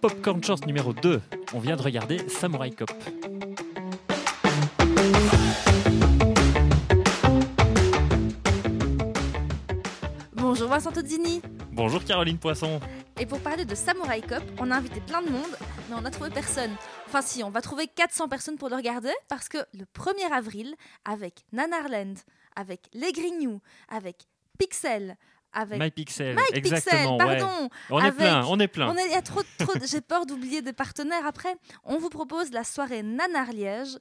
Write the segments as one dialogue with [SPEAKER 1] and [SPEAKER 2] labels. [SPEAKER 1] Popcorn Shorts numéro 2. On vient de regarder Samurai Cop.
[SPEAKER 2] Bonjour Vincent Tozzini
[SPEAKER 1] Bonjour Caroline Poisson.
[SPEAKER 2] Et pour parler de Samurai Cop, on a invité plein de monde, mais on n'a trouvé personne. Enfin si, on va trouver 400 personnes pour le regarder, parce que le 1er avril, avec Nanarland, avec Les Grignoux, avec Pixel, avec
[SPEAKER 1] MyPixel.
[SPEAKER 2] Mike
[SPEAKER 1] exactement.
[SPEAKER 2] Pixel, pardon
[SPEAKER 1] ouais. On
[SPEAKER 2] avec-
[SPEAKER 1] est plein, on est plein.
[SPEAKER 2] On est, il y a trop, de- trop de- J'ai peur d'oublier des partenaires. Après, on vous propose la soirée Nanar Liège.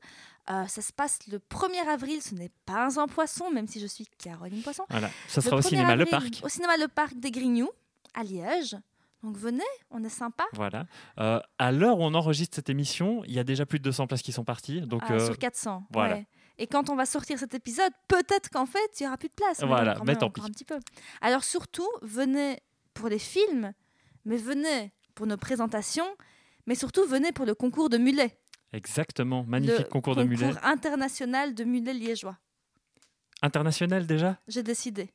[SPEAKER 2] Euh, ça se passe le 1er avril. Ce n'est pas un poisson, même si je suis Caroline Poisson.
[SPEAKER 1] Voilà, ça
[SPEAKER 2] Le
[SPEAKER 1] sera au
[SPEAKER 2] 1er
[SPEAKER 1] cinéma Le
[SPEAKER 2] avril,
[SPEAKER 1] Parc.
[SPEAKER 2] Au cinéma Le Parc des Grignoux, à Liège. Donc venez, on est sympa.
[SPEAKER 1] Voilà. Euh, à l'heure où on enregistre cette émission, il y a déjà plus de 200 places qui sont parties. Donc,
[SPEAKER 2] Ah,
[SPEAKER 1] euh,
[SPEAKER 2] sur 400.
[SPEAKER 1] voilà.
[SPEAKER 2] ouais. Et quand on va sortir cet épisode, peut-être qu'en fait, il n'y aura plus de place.
[SPEAKER 1] Voilà,
[SPEAKER 2] bon, quand
[SPEAKER 1] mais
[SPEAKER 2] même,
[SPEAKER 1] tant
[SPEAKER 2] encore
[SPEAKER 1] pis.
[SPEAKER 2] Un petit peu. Alors surtout, venez pour les films, mais venez pour nos présentations, mais surtout venez pour le concours de mulets.
[SPEAKER 1] exactement. Magnifique
[SPEAKER 2] Le
[SPEAKER 1] concours de mulets.
[SPEAKER 2] Concours international de mulets liégeois.
[SPEAKER 1] International déjà
[SPEAKER 2] J'ai décidé.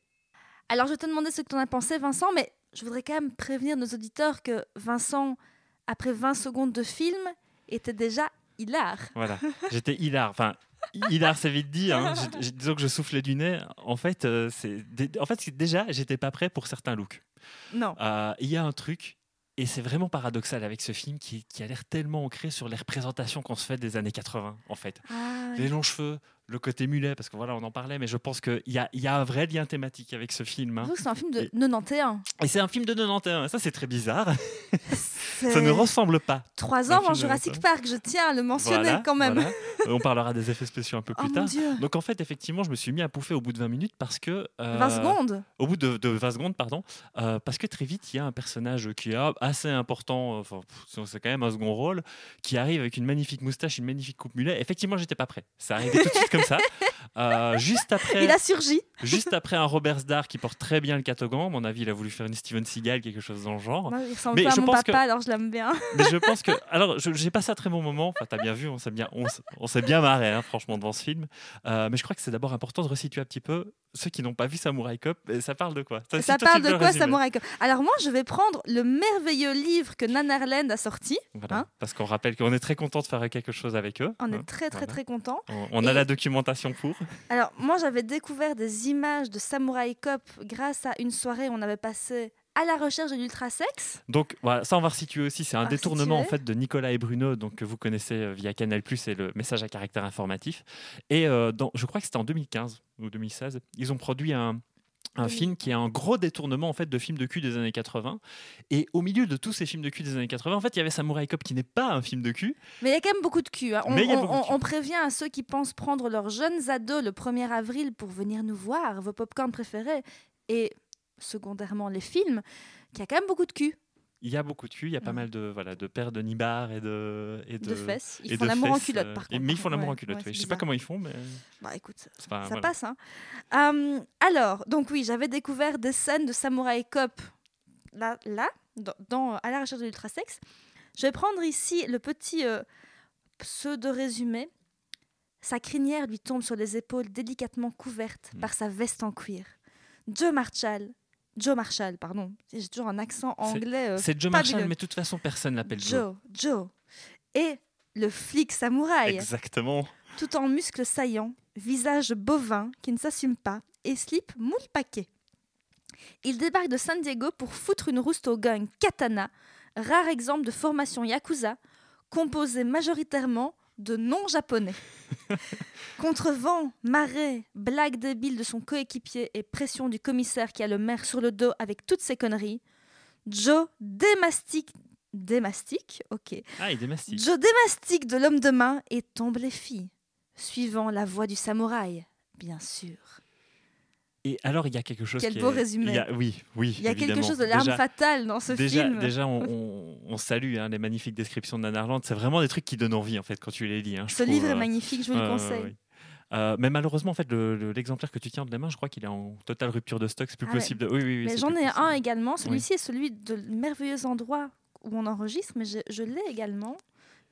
[SPEAKER 2] Alors, je vais te demander ce que tu en as pensé, Vincent, mais je voudrais quand même prévenir nos auditeurs que Vincent, après 20 secondes de film, était déjà hilar.
[SPEAKER 1] Voilà. J'étais hilar. Enfin, hilar, c'est vite dit. Hein. J'ai- j'ai- Disons que je soufflais du nez. En fait, euh, c'est dé- en fait c'est- déjà, j'étais pas prêt pour certains looks.
[SPEAKER 2] Non.
[SPEAKER 1] Euh, Il y a un truc, et c'est vraiment paradoxal avec ce film qui, qui a l'air tellement ancré sur les représentations qu'on se fait des années 80, en fait.
[SPEAKER 2] Ah,
[SPEAKER 1] Les longs cheveux, le côté mulet, parce que voilà, on en parlait, mais je pense qu'il y a, il y a un vrai lien thématique avec ce film. hein.
[SPEAKER 2] j'avoue que c'est un film de 91.
[SPEAKER 1] Et c'est un film de 91, ça c'est très bizarre. Ça
[SPEAKER 2] Ça
[SPEAKER 1] ne ressemble pas.
[SPEAKER 2] 3
[SPEAKER 1] un
[SPEAKER 2] ans
[SPEAKER 1] film
[SPEAKER 2] avant
[SPEAKER 1] de
[SPEAKER 2] Jurassic
[SPEAKER 1] 91.
[SPEAKER 2] Park, je tiens à le mentionner
[SPEAKER 1] Voilà,
[SPEAKER 2] quand même.
[SPEAKER 1] voilà. Euh, On parlera des effets spéciaux un peu
[SPEAKER 2] Oh
[SPEAKER 1] plus
[SPEAKER 2] mon
[SPEAKER 1] tard.
[SPEAKER 2] dieu.
[SPEAKER 1] Donc en fait, effectivement, je me suis mis à pouffer au bout de 20 minutes parce que... euh,
[SPEAKER 2] 20 secondes
[SPEAKER 1] Au bout de, de 20 secondes, pardon. euh, parce que très vite, il y a un personnage qui est ah, assez important, euh, enfin, pff, c'est- c'est quand même un second rôle, qui arrive avec une magnifique moustache, une magnifique coupe mulet. Effectivement, j'étais pas prêt. Ça arrivait tout de suite comme ça. Euh, juste après...
[SPEAKER 2] Il a surgi.
[SPEAKER 1] Juste après un Robert Starr qui porte très bien le catogan, à mon avis, il a voulu faire une Steven Seagal, quelque chose dans le genre.
[SPEAKER 2] Non, il ressemble
[SPEAKER 1] Mais
[SPEAKER 2] pas à
[SPEAKER 1] je
[SPEAKER 2] mon
[SPEAKER 1] pense
[SPEAKER 2] papa,
[SPEAKER 1] que-
[SPEAKER 2] alors je l'aime bien.
[SPEAKER 1] Mais je pense que. Alors, je- j'ai passé un très bon moment. Enfin, t'as bien vu, on s'est bien, on, s- on s'est bien marré, hein, franchement, devant ce film. Euh, mais je crois que c'est d'abord important de resituer un petit peu ceux qui n'ont pas vu Samurai Cop. Et ça parle de quoi si toi,
[SPEAKER 2] Ça
[SPEAKER 1] tu
[SPEAKER 2] parle
[SPEAKER 1] peux
[SPEAKER 2] de
[SPEAKER 1] le
[SPEAKER 2] quoi,
[SPEAKER 1] résumer.
[SPEAKER 2] Samurai Cop Alors moi, je vais prendre le merveilleux livre que Nanarland a sorti.
[SPEAKER 1] Voilà,
[SPEAKER 2] hein
[SPEAKER 1] Parce qu'on rappelle qu'on est très content de faire quelque chose avec eux.
[SPEAKER 2] On
[SPEAKER 1] hein.
[SPEAKER 2] est très, très,
[SPEAKER 1] voilà.
[SPEAKER 2] très contents.
[SPEAKER 1] On, on a
[SPEAKER 2] Et-
[SPEAKER 1] la documentation pour.
[SPEAKER 2] Alors moi, j'avais découvert des images de Samurai Cop grâce à une soirée où on avait passé à la recherche de l'ultrasex.
[SPEAKER 1] Donc voilà, ça on va resituer aussi, c'est un
[SPEAKER 2] On va
[SPEAKER 1] détournement en
[SPEAKER 2] resituer.
[SPEAKER 1] fait de Nicolas et Bruno, donc que vous connaissez euh, via Canal+ et le message à caractère informatif. Et euh, dans, je crois que c'était en 2015 ou 2016, ils ont produit un un
[SPEAKER 2] 2015.
[SPEAKER 1] film qui est un gros détournement en fait de films de cul des années 80 et au milieu de tous ces films de cul des années 80 en fait il y avait Samurai Cop qui n'est pas un film de cul
[SPEAKER 2] Mais il y a quand même beaucoup de cul. hein. On,
[SPEAKER 1] Mais il y a
[SPEAKER 2] on-
[SPEAKER 1] beaucoup de
[SPEAKER 2] on-
[SPEAKER 1] cul.
[SPEAKER 2] on prévient à ceux qui pensent prendre leurs jeunes ados le 1er avril pour venir nous voir, vos popcorn préférés, et secondairement les films, qu'il y a quand même beaucoup de cul,
[SPEAKER 1] il y a beaucoup de cul il y a pas
[SPEAKER 2] Ouais.
[SPEAKER 1] mal de voilà de paires de nibards et de et
[SPEAKER 2] de, fesses. Ils
[SPEAKER 1] et
[SPEAKER 2] font
[SPEAKER 1] de
[SPEAKER 2] l'amour en
[SPEAKER 1] fesses,
[SPEAKER 2] culotte,
[SPEAKER 1] euh,
[SPEAKER 2] par
[SPEAKER 1] et-
[SPEAKER 2] contre.
[SPEAKER 1] mais ils font l'amour
[SPEAKER 2] Ouais,
[SPEAKER 1] en culotte
[SPEAKER 2] ouais,
[SPEAKER 1] oui.
[SPEAKER 2] c'est
[SPEAKER 1] je sais pas
[SPEAKER 2] bizarre.
[SPEAKER 1] comment ils font mais
[SPEAKER 2] Bah écoute,
[SPEAKER 1] c'est pas-
[SPEAKER 2] ça
[SPEAKER 1] Ah, voilà.
[SPEAKER 2] passe. Hein. Euh, alors, donc oui, j'avais découvert des scènes de Samurai Cop là, là dans, dans, euh, à la recherche de l'ultrasex. Je vais prendre ici le petit euh, pseudo-résumé. Sa crinière lui tombe sur les épaules délicatement couvertes
[SPEAKER 1] Mm.
[SPEAKER 2] par sa veste en cuir. Joe Marshall, Joe Marshall, pardon, j'ai toujours un accent anglais. euh,
[SPEAKER 1] c'est Joe
[SPEAKER 2] fabuleux.
[SPEAKER 1] Marshall mais de toute façon personne l'appelle Joe
[SPEAKER 2] Joe, Joe. Et le flic samouraï
[SPEAKER 1] exactement
[SPEAKER 2] tout en muscles saillants, visage bovin qui ne s'assume pas et slip moule paquet. Il débarque de San Diego pour foutre une rouste au gang Katana, rare exemple de formation yakuza, composée majoritairement de non-japonais. Contre vent, marée, blague débile de son coéquipier et pression du commissaire qui a le maire sur le dos avec toutes ses conneries, Joe démastique. Démastique Ok.
[SPEAKER 1] ah il démastique
[SPEAKER 2] Joe démastique de l'homme de main et tombe les filles, suivant la voie du samouraï, bien sûr.
[SPEAKER 1] Et alors, il y a quelque chose.
[SPEAKER 2] Quel
[SPEAKER 1] qui
[SPEAKER 2] beau
[SPEAKER 1] est-
[SPEAKER 2] résumé.
[SPEAKER 1] il y a- Oui, oui.
[SPEAKER 2] Il y a quelque
[SPEAKER 1] évidemment.
[SPEAKER 2] chose de l'arme
[SPEAKER 1] Déjà-
[SPEAKER 2] fatale dans ce
[SPEAKER 1] déjà,
[SPEAKER 2] film.
[SPEAKER 1] Déjà, on, on- on salue hein, les magnifiques descriptions de Nanarland. C'est vraiment des trucs qui donnent envie, en fait, quand tu les lis. hein, je
[SPEAKER 2] ce
[SPEAKER 1] trouve,
[SPEAKER 2] livre est
[SPEAKER 1] euh,
[SPEAKER 2] magnifique, je vous le
[SPEAKER 1] euh,
[SPEAKER 2] conseille.
[SPEAKER 1] oui. Euh, mais malheureusement, en fait, le- le- l'exemplaire que tu tiens de la main, je crois qu'il est en totale rupture de stock. C'est plus
[SPEAKER 2] Ah ouais.
[SPEAKER 1] possible. de- Oui, oui, oui,
[SPEAKER 2] Mais
[SPEAKER 1] c'est
[SPEAKER 2] j'en
[SPEAKER 1] plus
[SPEAKER 2] ai
[SPEAKER 1] possible.
[SPEAKER 2] un également. Celui-ci est celui de merveilleux endroit où on enregistre, mais je, je l'ai également.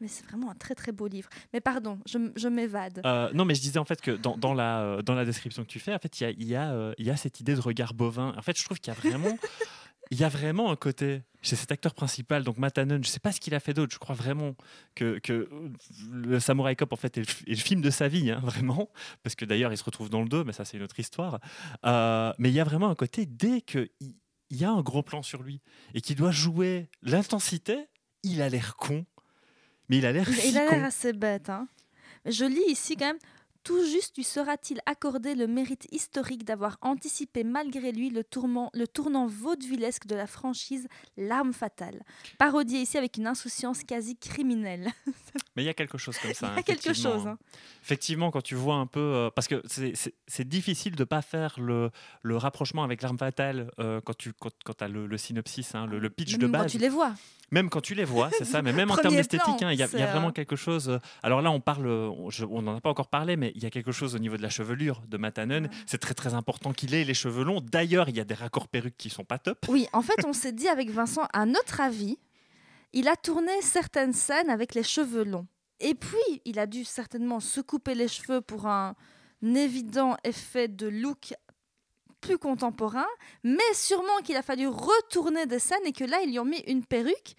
[SPEAKER 2] Mais c'est vraiment un très très beau livre. Mais pardon, je, m- je m'évade.
[SPEAKER 1] Euh, non, mais je disais en fait que dans, dans la, euh, dans la description que tu fais, en fait, il y a, il y, a, euh, il y a cette idée de regard bovin. En fait, je trouve qu'il y a vraiment. Il y a vraiment un côté chez cet acteur principal, donc Matt Hannon, je ne sais pas ce qu'il a fait d'autre, je crois vraiment que, que euh, le Samurai Cop en fait, est, le, f- est le film de sa vie, hein, vraiment, parce que d'ailleurs il se retrouve dans le 2, mais ça c'est une autre histoire. Euh, mais il y a vraiment un côté, dès qu'il y a un gros plan sur lui et qu'il doit jouer l'intensité, il a l'air con, mais il a l'air
[SPEAKER 2] Il,
[SPEAKER 1] si
[SPEAKER 2] il a
[SPEAKER 1] con.
[SPEAKER 2] l'air assez bête. hein. Je lis ici quand même. Tout juste lui sera-t-il accordé le mérite historique d'avoir anticipé malgré lui le, tourment- le tournant vaudevillesque de la franchise L'arme fatale, parodié ici avec une insouciance quasi criminelle.
[SPEAKER 1] Mais il y a quelque chose comme ça.
[SPEAKER 2] Il y a quelque
[SPEAKER 1] effectivement,
[SPEAKER 2] chose.
[SPEAKER 1] hein.
[SPEAKER 2] hein.
[SPEAKER 1] Effectivement, quand tu vois un peu, euh, parce que c'est- c'est c'est difficile de pas faire le, le rapprochement avec l'arme fatale euh, quand tu quand, quand as le, le synopsis, hein, le, le pitch de
[SPEAKER 2] Même quand
[SPEAKER 1] base.
[SPEAKER 2] tu les vois.
[SPEAKER 1] Même quand tu les vois, c'est ça. Mais même en
[SPEAKER 2] Premier
[SPEAKER 1] termes d'esthétique,
[SPEAKER 2] plan,
[SPEAKER 1] hein, il y, a- il y a
[SPEAKER 2] c'est, euh,
[SPEAKER 1] vraiment quelque chose. euh, Alors là, on parle, euh, on- je- on n'en a pas encore parlé, mais il y a quelque chose au niveau de la chevelure de Matanen. C'est très très important qu'il ait les cheveux longs. D'ailleurs, il y a des raccords perruques qui sont pas top.
[SPEAKER 2] Oui, en fait, on s'est dit avec Vincent, à notre avis, il a tourné certaines scènes avec les cheveux longs. Et puis, il a dû certainement se couper les cheveux pour un évident effet de look plus contemporain, mais sûrement qu'il a fallu retourner des scènes et que là, ils lui ont mis une perruque,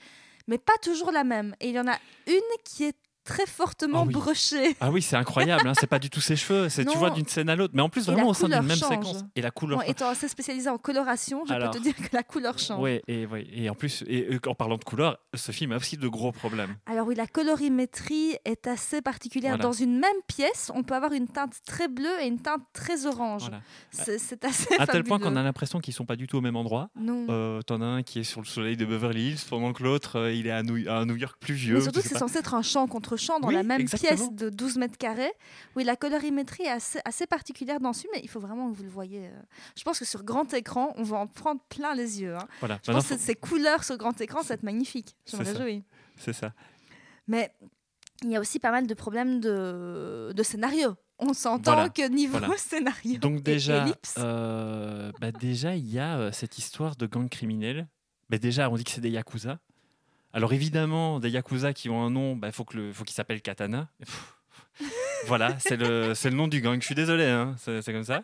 [SPEAKER 2] mais pas toujours la même. Et il y en a une qui est très fortement
[SPEAKER 1] Ah oui.
[SPEAKER 2] brochée.
[SPEAKER 1] Ah oui, c'est incroyable. hein, c'est pas du tout ses cheveux. C'est tu
[SPEAKER 2] Non.
[SPEAKER 1] vois d'une scène à l'autre, mais en plus
[SPEAKER 2] Et la
[SPEAKER 1] vraiment au sein d'une
[SPEAKER 2] couleur
[SPEAKER 1] même
[SPEAKER 2] change.
[SPEAKER 1] séquence. Et la couleur.
[SPEAKER 2] Bon, étant assez spécialisé en coloration, je
[SPEAKER 1] Alors.
[SPEAKER 2] peux te dire que la couleur change.
[SPEAKER 1] Ouais, et, ouais, et en plus, et, et en parlant de couleur, ce film a aussi de gros problèmes.
[SPEAKER 2] Alors oui, la colorimétrie est assez particulière.
[SPEAKER 1] Voilà.
[SPEAKER 2] Dans une même pièce, on peut avoir une teinte très bleue et une teinte très orange.
[SPEAKER 1] Voilà. Bah,
[SPEAKER 2] C'est, c'est assez
[SPEAKER 1] À tel point qu'on
[SPEAKER 2] fabuleux. Mm.
[SPEAKER 1] a l'impression qu'ils sont pas du tout au même endroit.
[SPEAKER 2] Non.
[SPEAKER 1] Euh, T'en as un qui est sur le soleil de Beverly Hills, pendant que l'autre, euh, il est à New, à New York pluvieux.
[SPEAKER 2] Mais
[SPEAKER 1] ou
[SPEAKER 2] surtout
[SPEAKER 1] je sais
[SPEAKER 2] que c'est
[SPEAKER 1] pas.
[SPEAKER 2] censé être un champ contre champ dans
[SPEAKER 1] Oui,
[SPEAKER 2] la même
[SPEAKER 1] exactement.
[SPEAKER 2] pièce de 12 mètres carrés. Oui, la colorimétrie est assez, assez particulière dans ce film, mais il faut vraiment que vous le voyez. euh. Je pense que sur grand écran, on va en prendre plein les yeux. hein.
[SPEAKER 1] Voilà,
[SPEAKER 2] Je
[SPEAKER 1] maintenant,
[SPEAKER 2] pense que
[SPEAKER 1] Bah, faut-
[SPEAKER 2] ces couleurs sur grand écran, ça va être magnifique. Je me
[SPEAKER 1] C'est ça.
[SPEAKER 2] réjouis.
[SPEAKER 1] c'est ça.
[SPEAKER 2] Mais il y a aussi pas mal de problèmes de, de scénario. On s'entend
[SPEAKER 1] Voilà,
[SPEAKER 2] que niveau
[SPEAKER 1] voilà.
[SPEAKER 2] scénario,
[SPEAKER 1] Donc
[SPEAKER 2] et
[SPEAKER 1] déjà,
[SPEAKER 2] ellipse,
[SPEAKER 1] euh, bah déjà, il y a euh, cette histoire de gang criminel. Bah déjà, on dit que c'est des yakuza. Alors évidemment, des yakuza qui ont un nom, il faut que le- faut qu'ils s'appellent Katana. Pff. voilà, c'est le, c'est le nom du gang. Je suis désolé, hein, c'est c'est comme ça.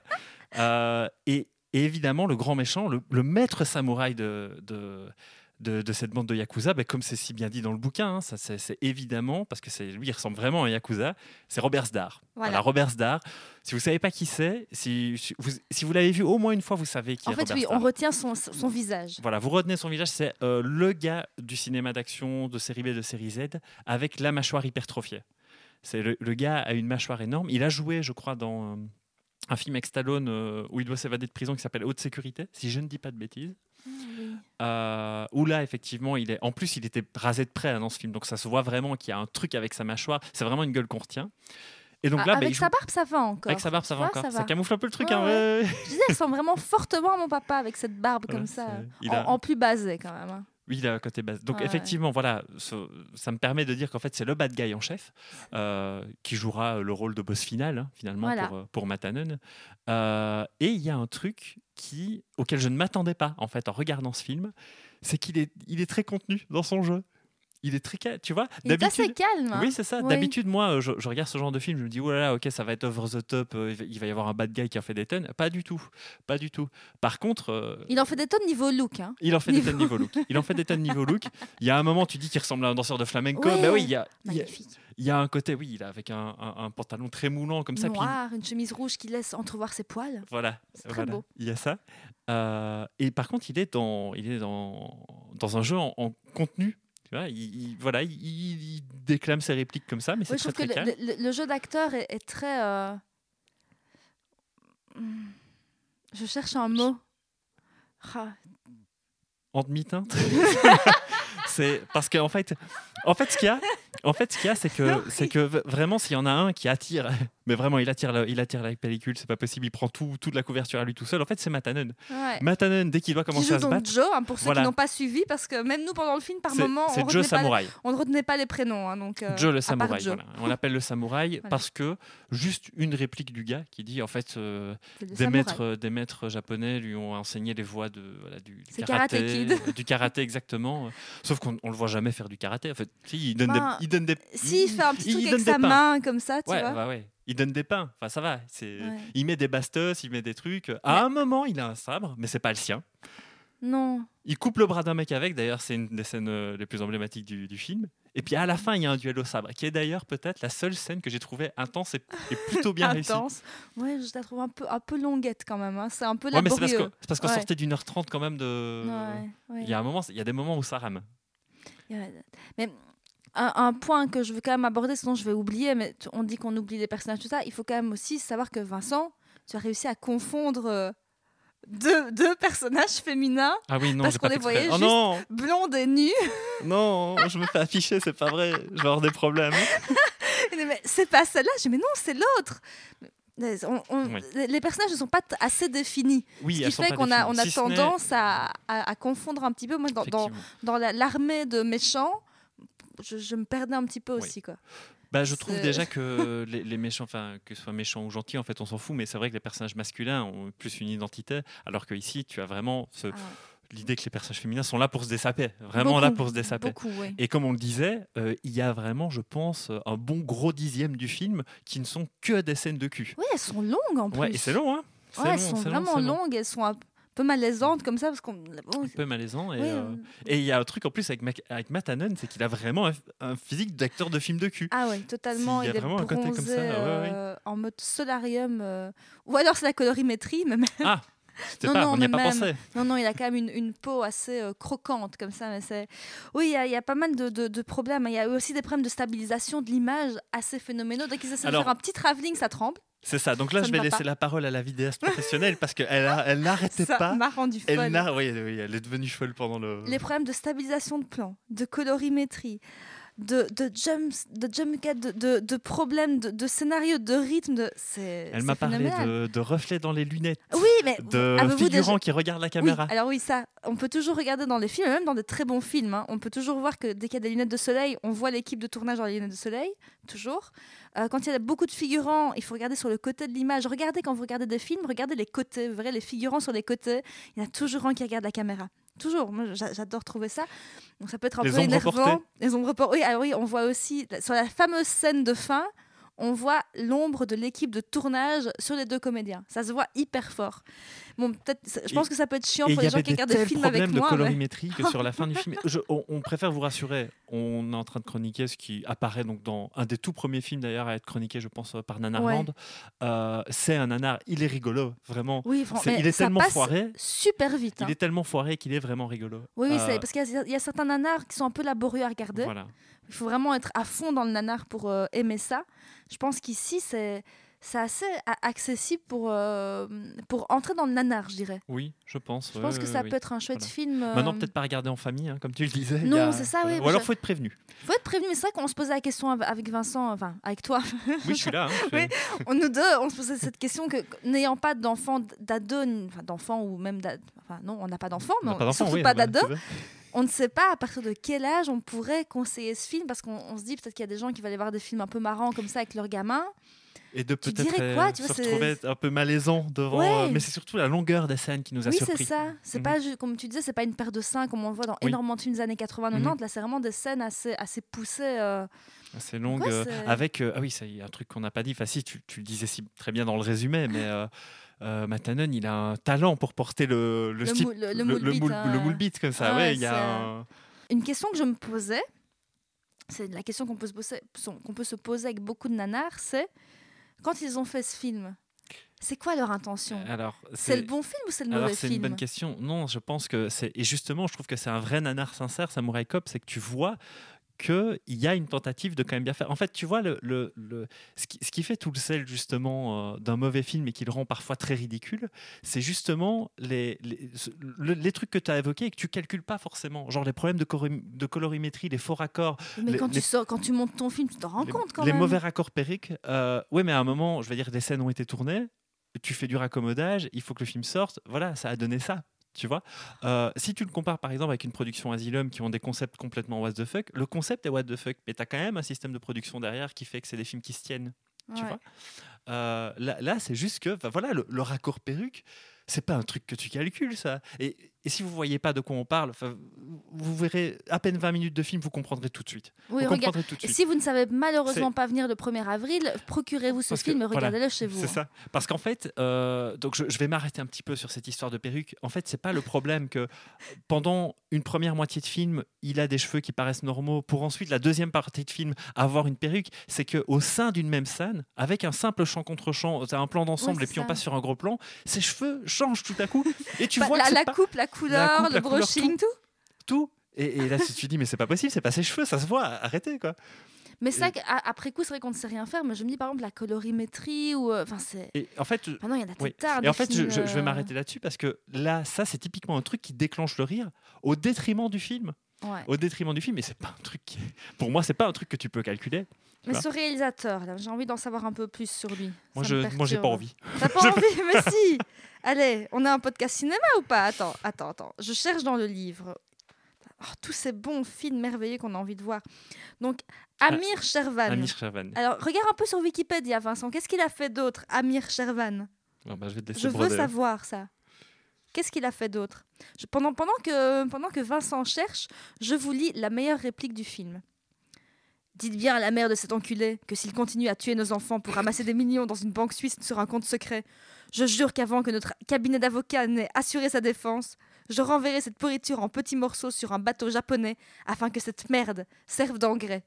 [SPEAKER 1] Euh, et, et évidemment, le grand méchant, le, le maître samouraï de, de, de, de cette bande de yakuza, bah, comme c'est si bien dit dans le bouquin, hein, ça, c'est c'est évidemment, parce que c'est lui, il ressemble vraiment à un yakuza, c'est Robert Sdar.
[SPEAKER 2] Voilà.
[SPEAKER 1] Robert Sdar. Si vous savez pas qui c'est, si, si vous, si vous l'avez vu au moins une fois, vous savez qui
[SPEAKER 2] En
[SPEAKER 1] est
[SPEAKER 2] fait,
[SPEAKER 1] Robert
[SPEAKER 2] oui,
[SPEAKER 1] Sdar.
[SPEAKER 2] on retient son, son- son visage.
[SPEAKER 1] Voilà, vous retenez son visage, c'est euh, le gars du cinéma d'action, de série B, de série Z, avec la mâchoire hypertrophiée. C'est le, le gars a une mâchoire énorme. Il a joué, je crois, dans euh, un film avec Stallone euh, où il doit s'évader de prison qui s'appelle Haute Sécurité, si je ne dis pas de bêtises. Euh, où là, effectivement, il est. En plus, il était rasé de près hein, dans ce film, donc ça se voit vraiment qu'il y a un truc avec sa mâchoire. C'est vraiment une gueule qu'on retient. Et donc
[SPEAKER 2] Ah,
[SPEAKER 1] là, bah, il
[SPEAKER 2] avec
[SPEAKER 1] joue-
[SPEAKER 2] sa barbe, ça va encore.
[SPEAKER 1] avec sa barbe, ça va
[SPEAKER 2] Ouais,
[SPEAKER 1] encore.
[SPEAKER 2] ça
[SPEAKER 1] Ça,
[SPEAKER 2] va.
[SPEAKER 1] camoufle un peu le truc.
[SPEAKER 2] Ouais,
[SPEAKER 1] hein,
[SPEAKER 2] ouais.
[SPEAKER 1] ouais.
[SPEAKER 2] Je disais, elle ressemble vraiment fortement à mon papa avec cette barbe
[SPEAKER 1] Voilà,
[SPEAKER 2] comme ça.
[SPEAKER 1] c'est-
[SPEAKER 2] euh,
[SPEAKER 1] il
[SPEAKER 2] en,
[SPEAKER 1] a-
[SPEAKER 2] en plus basé quand même. hein.
[SPEAKER 1] Oui, il a un côté basse. Donc,
[SPEAKER 2] Ouais, ouais.
[SPEAKER 1] effectivement, voilà, ce- ça me permet de dire qu'en fait, c'est le bad guy en chef euh, qui jouera le rôle de boss final, hein, finalement,
[SPEAKER 2] Voilà.
[SPEAKER 1] pour, euh, pour Matt Hannon. Euh, et il y a un truc qui, auquel je ne m'attendais pas, en fait, en regardant ce film, c'est qu'il est, il est très contenu dans son jeu. Il est très. ca- Tu vois,
[SPEAKER 2] Il est assez calme. hein.
[SPEAKER 1] oui, c'est ça.
[SPEAKER 2] Oui.
[SPEAKER 1] D'habitude, moi, euh, je, je regarde ce genre de film, je me dis, oh là là, ok, ça va être over the top, euh, il va- il va y avoir un bad guy qui a fait des tonnes. Pas du tout. Pas du tout. Par contre, euh,
[SPEAKER 2] Il en fait des tonnes niveau look. hein.
[SPEAKER 1] il en fait des
[SPEAKER 2] Niveau-
[SPEAKER 1] tonnes niveau look. Il en fait des tonnes niveau look. Il y a un moment, tu dis qu'il ressemble à un danseur de flamenco.
[SPEAKER 2] Ouais.
[SPEAKER 1] Bah oui, il y a, il y a-
[SPEAKER 2] Magnifique.
[SPEAKER 1] il y a un côté, oui, il a avec un, un- un pantalon très moulant comme ça. puis
[SPEAKER 2] Noir, une chemise rouge qui laisse entrevoir ses poils.
[SPEAKER 1] voilà,
[SPEAKER 2] C'est très
[SPEAKER 1] voilà,
[SPEAKER 2] beau.
[SPEAKER 1] il y a ça. Euh, et par contre, il est dans, il est dans, dans un jeu en, en contenu. Tu vois, il, il- voilà, il, il- il déclame ses répliques comme ça, mais c'est
[SPEAKER 2] Oui, je
[SPEAKER 1] très
[SPEAKER 2] trouve que
[SPEAKER 1] très calme.
[SPEAKER 2] le, le- le jeu d'acteur est, est très. euh, hmm, Je cherche un mot. Ah,
[SPEAKER 1] en demi-teinte. c'est parce qu'en fait, en fait, ce qu'il y a, en fait, ce qu'il y a, c'est que,
[SPEAKER 2] Non,
[SPEAKER 1] c'est que v- vraiment, s'il y en a un qui attire, mais vraiment, il attire, le- il attire la pellicule, c'est pas possible. Il prend tout, toute la couverture à lui tout seul. En fait, c'est Matanen.
[SPEAKER 2] ouais.
[SPEAKER 1] Matanen, dès qu'il doit
[SPEAKER 2] Qui
[SPEAKER 1] commencer
[SPEAKER 2] joue
[SPEAKER 1] à se
[SPEAKER 2] donc
[SPEAKER 1] battre,
[SPEAKER 2] Joe, hein, pour ceux
[SPEAKER 1] Voilà.
[SPEAKER 2] qui n'ont pas suivi, parce que même nous, pendant le film, par
[SPEAKER 1] c'est
[SPEAKER 2] moment, on
[SPEAKER 1] c'est
[SPEAKER 2] ne
[SPEAKER 1] Joe
[SPEAKER 2] retenait, pas les-
[SPEAKER 1] Samouraï.
[SPEAKER 2] on ne retenait pas les prénoms. hein, donc, euh,
[SPEAKER 1] Joe
[SPEAKER 2] à
[SPEAKER 1] le
[SPEAKER 2] part
[SPEAKER 1] samouraï,
[SPEAKER 2] Joe.
[SPEAKER 1] voilà. on l'appelle le samouraï
[SPEAKER 2] Voilà.
[SPEAKER 1] parce que juste une réplique du gars qui dit en fait euh,
[SPEAKER 2] c'est le
[SPEAKER 1] des
[SPEAKER 2] samouraï.
[SPEAKER 1] maîtres, euh, des maîtres japonais lui ont enseigné les voies de, voilà, du, du
[SPEAKER 2] C'est
[SPEAKER 1] karaté,
[SPEAKER 2] Karate Kid.
[SPEAKER 1] euh, du karaté exactement. Sauf qu'on ne le voit jamais faire du karaté. En fait, si, il donne,
[SPEAKER 2] Ben,
[SPEAKER 1] des, il donne des.
[SPEAKER 2] S'il fait un petit
[SPEAKER 1] Il
[SPEAKER 2] truc
[SPEAKER 1] donne
[SPEAKER 2] avec
[SPEAKER 1] des
[SPEAKER 2] sa
[SPEAKER 1] pains.
[SPEAKER 2] main comme ça, tu
[SPEAKER 1] Ouais,
[SPEAKER 2] vois.
[SPEAKER 1] bah ouais. Il donne des pains. Enfin, ça va. C'est.
[SPEAKER 2] Ouais.
[SPEAKER 1] Il met des bastos, il met des trucs. À un moment, il a un sabre, mais c'est pas le sien.
[SPEAKER 2] Non.
[SPEAKER 1] Il coupe le bras d'un mec avec. D'ailleurs, c'est une des scènes euh, les plus emblématiques du, du film. Et puis à la fin, il y a un duel au sabre, qui est d'ailleurs peut-être la seule scène que j'ai trouvée intense et, et plutôt bien réussie.
[SPEAKER 2] Intense. Ouais, je la trouve un peu, un peu longuette quand même. hein. C'est un peu
[SPEAKER 1] Ouais, mais c'est
[SPEAKER 2] laborieux.
[SPEAKER 1] parce euh, que- c'est parce qu'on
[SPEAKER 2] Ouais.
[SPEAKER 1] sortait d'une heure trente quand même de.
[SPEAKER 2] Ouais, ouais.
[SPEAKER 1] Il y a un moment, il y a des moments où ça rame.
[SPEAKER 2] Ouais. Mais un, un point que je veux quand même aborder, sinon je vais oublier, mais tu- on dit qu'on oublie les personnages, tout ça. Il faut quand même aussi savoir que Vincent, tu as réussi à confondre euh, deux, deux personnages féminins,
[SPEAKER 1] Ah oui, non,
[SPEAKER 2] Parce
[SPEAKER 1] j'ai pas
[SPEAKER 2] qu'on les
[SPEAKER 1] fait exprès.
[SPEAKER 2] voyait
[SPEAKER 1] Oh
[SPEAKER 2] juste-
[SPEAKER 1] non,
[SPEAKER 2] blondes et nues.
[SPEAKER 1] non, je me fais afficher, c'est pas vrai. Je vais avoir des problèmes.
[SPEAKER 2] Il dit, mais c'est pas celle-là. Je dis, mais non, c'est l'autre. Mais on- on-
[SPEAKER 1] Oui.
[SPEAKER 2] les- Les personnages ne sont pas t- assez définis.
[SPEAKER 1] Oui,
[SPEAKER 2] ce
[SPEAKER 1] elles
[SPEAKER 2] qui
[SPEAKER 1] sont
[SPEAKER 2] fait
[SPEAKER 1] pas
[SPEAKER 2] qu'on a, on
[SPEAKER 1] définies.
[SPEAKER 2] a
[SPEAKER 1] Si ce n'est-
[SPEAKER 2] tendance à, à- à confondre un petit peu. Moi, dans, dans,
[SPEAKER 1] Effectivement.
[SPEAKER 2] dans la- l'armée de méchants, je, je me perdais un petit peu
[SPEAKER 1] Oui.
[SPEAKER 2] aussi. Quoi.
[SPEAKER 1] Bah, je trouve
[SPEAKER 2] C'est-
[SPEAKER 1] déjà que les, les méchants, enfin que ce soit méchant ou gentil, en fait, on s'en fout. Mais c'est vrai que les personnages masculins ont plus une identité, alors que ici, tu as vraiment ce-
[SPEAKER 2] Ah,
[SPEAKER 1] l'idée que les personnages féminins sont là pour se dessaper, vraiment là
[SPEAKER 2] Beaucoup.
[SPEAKER 1] pour se dessaper.
[SPEAKER 2] beaucoup, oui.
[SPEAKER 1] Et comme on le disait, euh, il y a vraiment, je pense, euh, un bon gros dixième du film qui ne sont que des scènes de cul.
[SPEAKER 2] Oui, elles sont longues en plus.
[SPEAKER 1] Ouais, et c'est long, hein. C'est
[SPEAKER 2] Ouais,
[SPEAKER 1] long,
[SPEAKER 2] elles sont
[SPEAKER 1] c'est long,
[SPEAKER 2] vraiment
[SPEAKER 1] c'est long. Mmh.
[SPEAKER 2] longues, elles sont un peu malaisantes comme ça parce qu'on. bon,
[SPEAKER 1] Un peu malaisant. Et,
[SPEAKER 2] ouais,
[SPEAKER 1] euh,
[SPEAKER 2] euh,
[SPEAKER 1] Et il y a un truc en plus avec, Mac- avec Matt Hannon, c'est qu'il a vraiment un, un physique d'acteur de film de cul.
[SPEAKER 2] Ah ouais, totalement.
[SPEAKER 1] s'il y a
[SPEAKER 2] il est
[SPEAKER 1] vraiment un côté comme ça,
[SPEAKER 2] bronzé,
[SPEAKER 1] ouais, ouais.
[SPEAKER 2] euh, en mode solarium. euh, Ou alors c'est la colorimétrie, mais mais-
[SPEAKER 1] C'était
[SPEAKER 2] Non,
[SPEAKER 1] pas,
[SPEAKER 2] non,
[SPEAKER 1] on n'y a
[SPEAKER 2] mais
[SPEAKER 1] pas
[SPEAKER 2] même-
[SPEAKER 1] pensé.
[SPEAKER 2] non, non, il a quand même une, une peau assez euh, croquante comme ça. Mais c'est... Oui, il y, a- il y a pas mal de, de- de problèmes. Il y a eu aussi des problèmes de stabilisation de l'image assez phénoménaux. Dès qu'ils essaient
[SPEAKER 1] Alors-
[SPEAKER 2] de faire un petit travelling, ça tremble.
[SPEAKER 1] C'est ça. Donc là,
[SPEAKER 2] Ça
[SPEAKER 1] je
[SPEAKER 2] ne
[SPEAKER 1] vais
[SPEAKER 2] va
[SPEAKER 1] laisser
[SPEAKER 2] pas.
[SPEAKER 1] la parole à la vidéaste professionnelle parce qu'elle elle n'arrêtait
[SPEAKER 2] Ça
[SPEAKER 1] pas.
[SPEAKER 2] m'a rendu
[SPEAKER 1] Elle,
[SPEAKER 2] folle.
[SPEAKER 1] n'a- oui, oui, elle est devenue folle pendant le.
[SPEAKER 2] les problèmes de stabilisation de plan, de colorimétrie, de, de jumps, de jump cut, de, de, de problèmes de, de scénario, de rythme. de- C'est
[SPEAKER 1] Elle
[SPEAKER 2] c'est
[SPEAKER 1] m'a parlé
[SPEAKER 2] phénoménal.
[SPEAKER 1] de, de reflets dans les lunettes,
[SPEAKER 2] Oui, Ah, mais
[SPEAKER 1] de
[SPEAKER 2] avez-vous déjà-
[SPEAKER 1] figurants qui regardent la
[SPEAKER 2] Oui,
[SPEAKER 1] caméra.
[SPEAKER 2] alors oui, ça, on peut toujours regarder dans les films, même dans des très bons films. hein, on peut toujours voir que dès qu'il y a des lunettes de soleil, on voit l'équipe de tournage dans les lunettes de soleil, toujours. Euh, quand il y a beaucoup de figurants, il faut regarder sur le côté de l'image. Regardez quand vous regardez des films, regardez les côtés, vous verrez les figurants sur les côtés. Il y en a toujours un qui regarde la caméra. Toujours, moi j'a- j'adore trouver ça. Donc ça peut être un
[SPEAKER 1] Les
[SPEAKER 2] peu
[SPEAKER 1] ombres
[SPEAKER 2] énervant.
[SPEAKER 1] portées.
[SPEAKER 2] Les ombres portées. Oui, ah oui, on voit aussi la- sur la fameuse scène de fin, on voit l'ombre de l'équipe de tournage sur les deux comédiens. Ça se voit hyper fort. Bon, peut-être, c'est- je
[SPEAKER 1] Et-
[SPEAKER 2] pense que ça peut être chiant
[SPEAKER 1] Et
[SPEAKER 2] pour
[SPEAKER 1] il y
[SPEAKER 2] les gens
[SPEAKER 1] avait
[SPEAKER 2] qui
[SPEAKER 1] des
[SPEAKER 2] regardent des
[SPEAKER 1] tels
[SPEAKER 2] films avec
[SPEAKER 1] problèmes de
[SPEAKER 2] moi. mais-
[SPEAKER 1] colorimétrie que sur la fin du film, je- on, on préfère vous rassurer. On est en train de chroniquer ce qui apparaît donc dans un des tout premiers films d'ailleurs à être chroniqué, je pense, par Nanarland. Euh, c'est un nanar, il est rigolo, vraiment.
[SPEAKER 2] Oui, fran-
[SPEAKER 1] C'est-
[SPEAKER 2] mais
[SPEAKER 1] il est
[SPEAKER 2] ça
[SPEAKER 1] tellement
[SPEAKER 2] passe
[SPEAKER 1] foiré.
[SPEAKER 2] super vite. hein.
[SPEAKER 1] Il est tellement foiré qu'il est vraiment rigolo.
[SPEAKER 2] Oui, oui,
[SPEAKER 1] Euh,
[SPEAKER 2] c'est parce qu'il y, a- il y a certains nanars qui sont un peu laborieux à regarder.
[SPEAKER 1] Voilà.
[SPEAKER 2] Il faut vraiment être à fond dans le nanar pour euh, aimer ça. Je pense qu'ici, c'est c'est assez a- accessible pour, euh, pour entrer dans le nanar, je dirais.
[SPEAKER 1] Oui, je pense.
[SPEAKER 2] Je
[SPEAKER 1] ouais,
[SPEAKER 2] pense que
[SPEAKER 1] ouais,
[SPEAKER 2] ça
[SPEAKER 1] oui.
[SPEAKER 2] peut être un chouette
[SPEAKER 1] Voilà.
[SPEAKER 2] film. euh,
[SPEAKER 1] Maintenant, peut-être pas regarder en famille, hein, comme tu le disais. il y
[SPEAKER 2] Non, c'est ça, oui,
[SPEAKER 1] voilà.
[SPEAKER 2] mais
[SPEAKER 1] Ou alors,
[SPEAKER 2] je-
[SPEAKER 1] faut être prévenu.
[SPEAKER 2] faut être prévenu, mais c'est vrai qu'on se posait la question av- avec Vincent, enfin avec toi,
[SPEAKER 1] Oui, je suis là. hein, je-
[SPEAKER 2] Oui. on nous deux, on se posait cette question que que n'ayant pas d'enfant, d'ado, ni- enfin d'enfant ou même d'ado, enfin non, on n'a pas d'enfant,
[SPEAKER 1] on
[SPEAKER 2] mais
[SPEAKER 1] n'a
[SPEAKER 2] on-
[SPEAKER 1] d'enfant,
[SPEAKER 2] surtout
[SPEAKER 1] oui,
[SPEAKER 2] pas
[SPEAKER 1] voilà,
[SPEAKER 2] d'ado,
[SPEAKER 1] c'est ça.
[SPEAKER 2] on ne sait pas à partir de quel âge on pourrait conseiller ce film parce qu'on on se dit peut-être qu'il y a des gens qui vont aller voir des films un peu marrants comme ça avec leurs gamins.
[SPEAKER 1] Et de
[SPEAKER 2] Tu
[SPEAKER 1] peut-être
[SPEAKER 2] dirais
[SPEAKER 1] euh,
[SPEAKER 2] quoi, tu vois,
[SPEAKER 1] se
[SPEAKER 2] c'est-
[SPEAKER 1] retrouver un peu malaisant devant.
[SPEAKER 2] Ouais.
[SPEAKER 1] euh, mais c'est surtout la longueur des scènes qui nous a
[SPEAKER 2] Oui,
[SPEAKER 1] surpris.
[SPEAKER 2] c'est ça. C'est
[SPEAKER 1] Mhm.
[SPEAKER 2] pas ju- comme tu disais, c'est pas une paire de seins comme on le voit dans
[SPEAKER 1] Oui. Mhm.
[SPEAKER 2] énormément de films des années 80-90. Là, c'est vraiment des scènes assez assez poussées. euh,
[SPEAKER 1] C'est longue.
[SPEAKER 2] Ouais,
[SPEAKER 1] euh,
[SPEAKER 2] c'est-
[SPEAKER 1] avec, euh, ah oui, ça y est, un truc qu'on n'a pas dit. Enfin, si, tu, tu le disais si, très bien dans le résumé, mais euh, euh, Matt Hannon, il a un talent pour porter le, le,
[SPEAKER 2] Le
[SPEAKER 1] style-
[SPEAKER 2] moule- le- le moule beat, hein.
[SPEAKER 1] le moule beat comme ça.
[SPEAKER 2] Ouais,
[SPEAKER 1] ouais, il y a
[SPEAKER 2] c'est,
[SPEAKER 1] un-
[SPEAKER 2] Une question que je me posais, c'est la question qu'on peut, se poser- son- qu'on peut se poser avec beaucoup de nanars, c'est quand ils ont fait ce film, c'est quoi leur intention
[SPEAKER 1] Alors,
[SPEAKER 2] C'est le bon film ou c'est le
[SPEAKER 1] Euh, Alors
[SPEAKER 2] mauvais
[SPEAKER 1] c'est une
[SPEAKER 2] film
[SPEAKER 1] bonne question. Non, je pense que c'est et justement, je trouve que c'est un vrai nanar sincère, Samurai Cop, c'est que tu vois que il y a une tentative de quand même bien faire. En fait, tu vois le, le- le- ce, qui, ce qui fait tout le sel justement euh, d'un mauvais film et qui le rend parfois très ridicule, c'est justement les, les, ce- le- les trucs que tu as évoqués et que tu calcules pas forcément, genre les problèmes de, cori- de colorimétrie, les faux raccords,
[SPEAKER 2] Mais
[SPEAKER 1] les-
[SPEAKER 2] quand, tu
[SPEAKER 1] les-
[SPEAKER 2] sors, quand tu montes ton film, tu t'en rends
[SPEAKER 1] les,
[SPEAKER 2] compte quand
[SPEAKER 1] les
[SPEAKER 2] même.
[SPEAKER 1] mauvais raccords périques. oui, mais à un moment, je veux dire, des scènes ont été tournées, tu fais du raccommodage, il faut que le film sorte. Voilà, ça a donné ça. Tu vois Euh, Si tu le compares par exemple avec une production Asylum qui ont des concepts complètement what the fuck, le concept est what the fuck, mais tu as quand même un système de production derrière qui fait que c'est des films qui se tiennent. Tu
[SPEAKER 2] Ouais.
[SPEAKER 1] vois Euh, là, là, c'est juste que, enfin, voilà, le, le raccord perruque, c'est pas un truc que tu calcules, ça. Et, et si vous voyez pas de quoi on parle, enfin, vous verrez à peine 20 minutes de film, vous comprendrez tout de suite. vous
[SPEAKER 2] Oui, regarde.
[SPEAKER 1] comprendrez tout de suite.
[SPEAKER 2] Si vous ne savez malheureusement pas venir le 1er avril, procurez-vous ce
[SPEAKER 1] Parce que,
[SPEAKER 2] film et
[SPEAKER 1] voilà,
[SPEAKER 2] regardez-le chez vous. hein. Bah,
[SPEAKER 1] C'est ça. Parce qu'en fait, euh, donc je, je vais m'arrêter un petit peu sur cette histoire de perruque. En fait, c'est pas le problème que pendant une première moitié de film, il a des cheveux qui paraissent normaux pour ensuite la deuxième partie de film avoir une perruque. C'est que au sein d'une même scène, avec un simple champ contre champ, t'as un plan d'ensemble
[SPEAKER 2] Ouais,
[SPEAKER 1] et
[SPEAKER 2] c'est
[SPEAKER 1] puis on
[SPEAKER 2] ça.
[SPEAKER 1] passe sur un gros plan. Ses cheveux changent tout à coup et tu
[SPEAKER 2] Bah,
[SPEAKER 1] vois
[SPEAKER 2] la,
[SPEAKER 1] que c'est
[SPEAKER 2] la
[SPEAKER 1] pas
[SPEAKER 2] coupe, la couleur,
[SPEAKER 1] coupe,
[SPEAKER 2] le
[SPEAKER 1] la couleur,
[SPEAKER 2] brushing, tout.
[SPEAKER 1] tout. Et, et là, tu te dis mais c'est pas possible, c'est pas ses cheveux, ça se voit. Arrêtez quoi.
[SPEAKER 2] Mais ça,
[SPEAKER 1] Et-
[SPEAKER 2] qu- à- après coup, c'est vrai qu'on ne sait rien faire, mais je me dis par exemple la colorimétrie ou. euh, Enfin, c'est.
[SPEAKER 1] Et en fait,
[SPEAKER 2] Ah non, il y en a
[SPEAKER 1] Oui.
[SPEAKER 2] tard.
[SPEAKER 1] Et
[SPEAKER 2] des
[SPEAKER 1] en fait, je,
[SPEAKER 2] films,
[SPEAKER 1] je- je vais
[SPEAKER 2] euh,
[SPEAKER 1] m'arrêter là-dessus parce que là, ça, c'est typiquement un truc qui déclenche le rire au détriment du film.
[SPEAKER 2] ouais.
[SPEAKER 1] Au détriment du film, et c'est pas un truc qui... Pour moi, c'est pas un truc que tu peux calculer.
[SPEAKER 2] Mais
[SPEAKER 1] vois.
[SPEAKER 2] ce réalisateur, là, j'ai envie d'en savoir un peu plus sur lui.
[SPEAKER 1] Moi,
[SPEAKER 2] Ça
[SPEAKER 1] je,
[SPEAKER 2] me
[SPEAKER 1] moi, j'ai
[SPEAKER 2] perturbe.
[SPEAKER 1] pas envie.
[SPEAKER 2] T'as pas envie, mais si Allez, on a un podcast cinéma ou pas Attends, attends, attends. Je cherche dans le livre. Oh, tous ces bons films merveilleux qu'on a envie de voir. Donc, Amir Shervan.
[SPEAKER 1] Ah, Amir Shervan.
[SPEAKER 2] Alors, regarde un peu sur Wikipédia, Vincent. Qu'est-ce qu'il a fait d'autre, Amir Shervan
[SPEAKER 1] Bon, bah, je vais te laisser
[SPEAKER 2] Je veux
[SPEAKER 1] broder.
[SPEAKER 2] savoir ça. Qu'est-ce qu'il a fait d'autre Je- pendant, pendant, que, pendant que Vincent cherche, je vous lis la meilleure réplique du film. Dites bien à la mère de cet enculé que s'il continue à tuer nos enfants pour ramasser des millions dans une banque suisse sur un compte secret, je jure qu'avant que notre cabinet d'avocats n'ait assuré sa défense, je renverrai cette pourriture en petits morceaux sur un bateau japonais afin que cette merde serve d'engrais.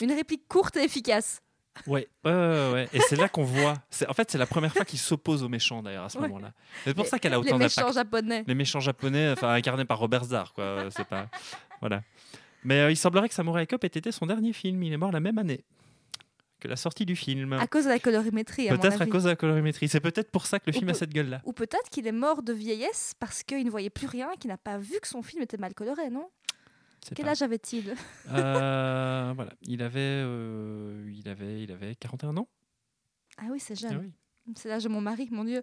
[SPEAKER 2] Une réplique courte et efficace.
[SPEAKER 1] Ouais, ouais, ouais, ouais. Et c'est là qu'on voit. C'est, en fait, c'est la première fois qu'il s'oppose aux méchants, d'ailleurs, à ce
[SPEAKER 2] Ouais.
[SPEAKER 1] moment-là. C'est pour
[SPEAKER 2] Les-
[SPEAKER 1] ça qu'elle a
[SPEAKER 2] Les
[SPEAKER 1] autant d'impact.
[SPEAKER 2] méchants japonais.
[SPEAKER 1] Les méchants japonais, enfin, incarnés par Robert Zard, quoi. euh, C'est pas... Voilà. Mais euh, il semblerait que Samurai Cop ait été son dernier film. Il est mort la même année que la sortie du film.
[SPEAKER 2] À cause de la colorimétrie, à mon
[SPEAKER 1] Hein. peut-être à
[SPEAKER 2] avis.
[SPEAKER 1] cause de la colorimétrie. C'est peut-être pour ça que le
[SPEAKER 2] On
[SPEAKER 1] film a
[SPEAKER 2] peut-
[SPEAKER 1] cette gueule-là.
[SPEAKER 2] Ou peut-être qu'il est mort de vieillesse parce qu'il ne voyait plus rien, qu'il n'a pas vu que son film était mal coloré, non
[SPEAKER 1] C'est
[SPEAKER 2] Quel
[SPEAKER 1] pas-
[SPEAKER 2] âge avait-il
[SPEAKER 1] Euh, voilà, il avait, euh, il avait, il avait 41 ans.
[SPEAKER 2] Ah oui, c'est
[SPEAKER 1] Ah
[SPEAKER 2] jeune.
[SPEAKER 1] oui.
[SPEAKER 2] C'est l'âge de mon mari, mon Dieu.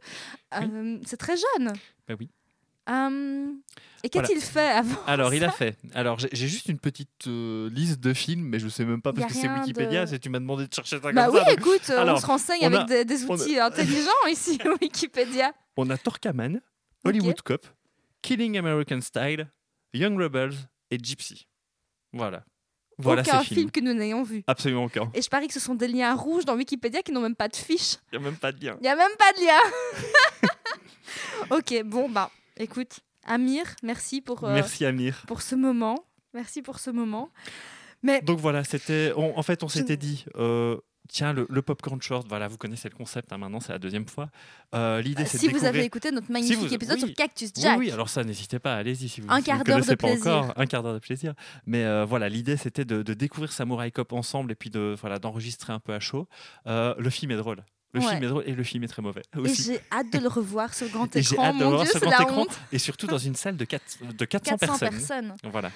[SPEAKER 2] Euh, c'est très jeune.
[SPEAKER 1] Bah oui.
[SPEAKER 2] Euh, et
[SPEAKER 1] Voilà.
[SPEAKER 2] qu'a-t-il fait avant
[SPEAKER 1] Alors il a fait. Alors j'ai- j'ai juste une petite euh, liste de films, mais je sais même pas
[SPEAKER 2] Y a
[SPEAKER 1] parce que c'est
[SPEAKER 2] rien
[SPEAKER 1] Wikipédia.
[SPEAKER 2] de-
[SPEAKER 1] Si tu m'as demandé de chercher ça
[SPEAKER 2] Bah
[SPEAKER 1] comme
[SPEAKER 2] oui,
[SPEAKER 1] ça. donc-
[SPEAKER 2] écoute, euh, on
[SPEAKER 1] Alors,
[SPEAKER 2] se renseigne
[SPEAKER 1] on
[SPEAKER 2] avec
[SPEAKER 1] a-
[SPEAKER 2] des, des
[SPEAKER 1] on a-
[SPEAKER 2] outils intelligents ici, Wikipédia.
[SPEAKER 1] On a Torkaman, Hollywood Cop, Killing American Style, Young Rebels et Gypsy. Voilà. Voilà
[SPEAKER 2] Aucun
[SPEAKER 1] ces films.
[SPEAKER 2] film que nous n'ayons vu.
[SPEAKER 1] Absolument aucun.
[SPEAKER 2] Et je parie que ce sont des liens rouges dans Wikipédia qui n'ont même pas de fiche.
[SPEAKER 1] Il y a même pas de lien.
[SPEAKER 2] Il n'y a même pas de lien. ok, bon, bah, écoute, Amir, merci pour... euh,
[SPEAKER 1] Merci Amir.
[SPEAKER 2] pour ce moment. Merci pour ce moment. Mais
[SPEAKER 1] Donc voilà, c'était. on- En fait, on
[SPEAKER 2] Je-
[SPEAKER 1] s'était dit. euh, Tiens, le, le popcorn short, voilà, vous connaissez le concept hein, maintenant, c'est la deuxième fois. Euh, L'idée, c'est
[SPEAKER 2] Bah, si
[SPEAKER 1] de
[SPEAKER 2] vous
[SPEAKER 1] découvrir...
[SPEAKER 2] avez écouté notre magnifique
[SPEAKER 1] vous-
[SPEAKER 2] épisode
[SPEAKER 1] oui.
[SPEAKER 2] sur Cactus
[SPEAKER 1] Oui,
[SPEAKER 2] Jack,
[SPEAKER 1] Oui, alors ça, n'hésitez pas, allez-y si vous
[SPEAKER 2] Un
[SPEAKER 1] si vous
[SPEAKER 2] quart
[SPEAKER 1] ne
[SPEAKER 2] d'heure de
[SPEAKER 1] connaissez pas
[SPEAKER 2] plaisir.
[SPEAKER 1] encore. Un quart d'heure de plaisir. Mais euh, voilà, l'idée, c'était de, de découvrir Samurai Cop ensemble et puis de voilà d'enregistrer un peu à chaud. Euh, le film est drôle. Le
[SPEAKER 2] Ouais.
[SPEAKER 1] film est drôle et le film est très mauvais
[SPEAKER 2] et
[SPEAKER 1] aussi.
[SPEAKER 2] j'ai hâte de le revoir sur grand
[SPEAKER 1] Et j'ai
[SPEAKER 2] écran.
[SPEAKER 1] hâte de
[SPEAKER 2] Mon
[SPEAKER 1] voir
[SPEAKER 2] Dieu,
[SPEAKER 1] ce
[SPEAKER 2] c'est
[SPEAKER 1] grand
[SPEAKER 2] la
[SPEAKER 1] écran
[SPEAKER 2] honte.
[SPEAKER 1] et surtout dans une salle de, quatre- de 400,
[SPEAKER 2] 400
[SPEAKER 1] personnes.
[SPEAKER 2] personnes.
[SPEAKER 1] Voilà.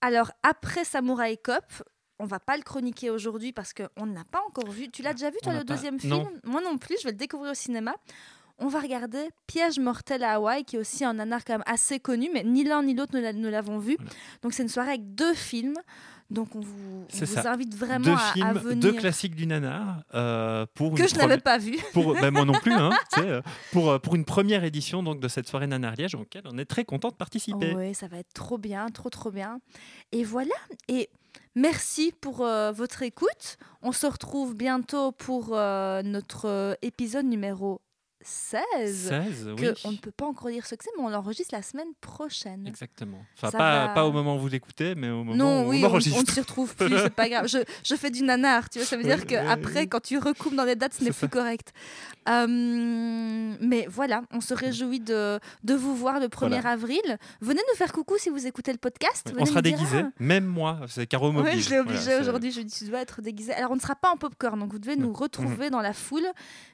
[SPEAKER 2] Alors après Samurai Cop, on va pas le chroniquer aujourd'hui parce qu'on ne l'a pas encore vu. Tu l'as déjà vu toi
[SPEAKER 1] On l'a
[SPEAKER 2] le
[SPEAKER 1] pas-
[SPEAKER 2] deuxième film
[SPEAKER 1] non.
[SPEAKER 2] Moi non plus, je vais le découvrir au cinéma. On va regarder Piège mortel à Hawaï, qui est aussi un nanar quand même assez connu, mais ni l'un ni l'autre ne l'a- ne l'avons vu.
[SPEAKER 1] Voilà.
[SPEAKER 2] Donc c'est une soirée avec deux films. Donc on vous, on
[SPEAKER 1] C'est
[SPEAKER 2] vous
[SPEAKER 1] ça.
[SPEAKER 2] invite vraiment
[SPEAKER 1] deux
[SPEAKER 2] à,
[SPEAKER 1] films,
[SPEAKER 2] à
[SPEAKER 1] deux
[SPEAKER 2] venir.
[SPEAKER 1] classiques du nanar euh, pour
[SPEAKER 2] que
[SPEAKER 1] une
[SPEAKER 2] je n'avais
[SPEAKER 1] première-
[SPEAKER 2] pas vu.
[SPEAKER 1] pour ben, moi non plus hein, tu sais, euh, pour euh, pour une première édition donc de cette soirée nanar Liège auquel on est très content de participer.
[SPEAKER 2] Oui, ça va être trop bien, trop trop bien. Et voilà. Et merci pour euh, votre écoute. On se retrouve bientôt pour euh, notre euh, épisode numéro 16.
[SPEAKER 1] 16, oui.
[SPEAKER 2] Que on ne peut pas encore dire ce que c'est, mais on l'enregistre la semaine prochaine.
[SPEAKER 1] Exactement. Enfin,
[SPEAKER 2] Ça
[SPEAKER 1] pas,
[SPEAKER 2] va.
[SPEAKER 1] pas au moment où vous l'écoutez, mais au moment
[SPEAKER 2] Non,
[SPEAKER 1] où
[SPEAKER 2] oui,
[SPEAKER 1] on
[SPEAKER 2] on, on
[SPEAKER 1] enregistre.
[SPEAKER 2] ne s'y retrouve plus, c'est pas grave. Je, je fais du nanar, tu vois, ça veut dire
[SPEAKER 1] Oui, oui,
[SPEAKER 2] qu'après,
[SPEAKER 1] oui.
[SPEAKER 2] quand tu recoupes dans les dates, ce n'est
[SPEAKER 1] C'est
[SPEAKER 2] plus correct. Euh, mais voilà, on se réjouit de, de vous voir le 1er
[SPEAKER 1] Voilà.
[SPEAKER 2] avril. Venez nous faire coucou si vous écoutez le podcast.
[SPEAKER 1] Ouais,
[SPEAKER 2] Venez
[SPEAKER 1] On sera
[SPEAKER 2] nous dire,
[SPEAKER 1] déguisé,
[SPEAKER 2] ah,
[SPEAKER 1] même moi, c'est Caro
[SPEAKER 2] Oui,
[SPEAKER 1] m'oblige.
[SPEAKER 2] je l'ai obligé
[SPEAKER 1] Voilà, c'est-
[SPEAKER 2] aujourd'hui. Je lui ai dit, tu dois être déguisé. Alors, on ne sera pas en popcorn, donc vous devez nous
[SPEAKER 1] Mhm.
[SPEAKER 2] retrouver dans la foule.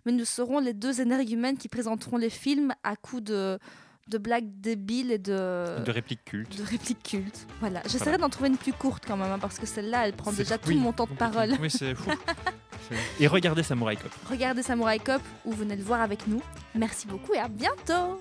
[SPEAKER 2] Mais nous serons les deux énergumènes qui présenteront les films à coups de, de blagues débiles et de,
[SPEAKER 1] De réplique culte.
[SPEAKER 2] euh, de répliques cultes. Voilà. J'essaierai d'en trouver une plus courte quand même, hein, parce que celle-là, elle prend
[SPEAKER 1] C'est-
[SPEAKER 2] déjà
[SPEAKER 1] oui,
[SPEAKER 2] tout mon temps de
[SPEAKER 1] complètement.
[SPEAKER 2] parole.
[SPEAKER 1] Oui, c'est fou. C'est- Et regardez Samurai Cop.
[SPEAKER 2] Regardez Samurai Cop ou venez le voir avec nous. Merci beaucoup et à bientôt!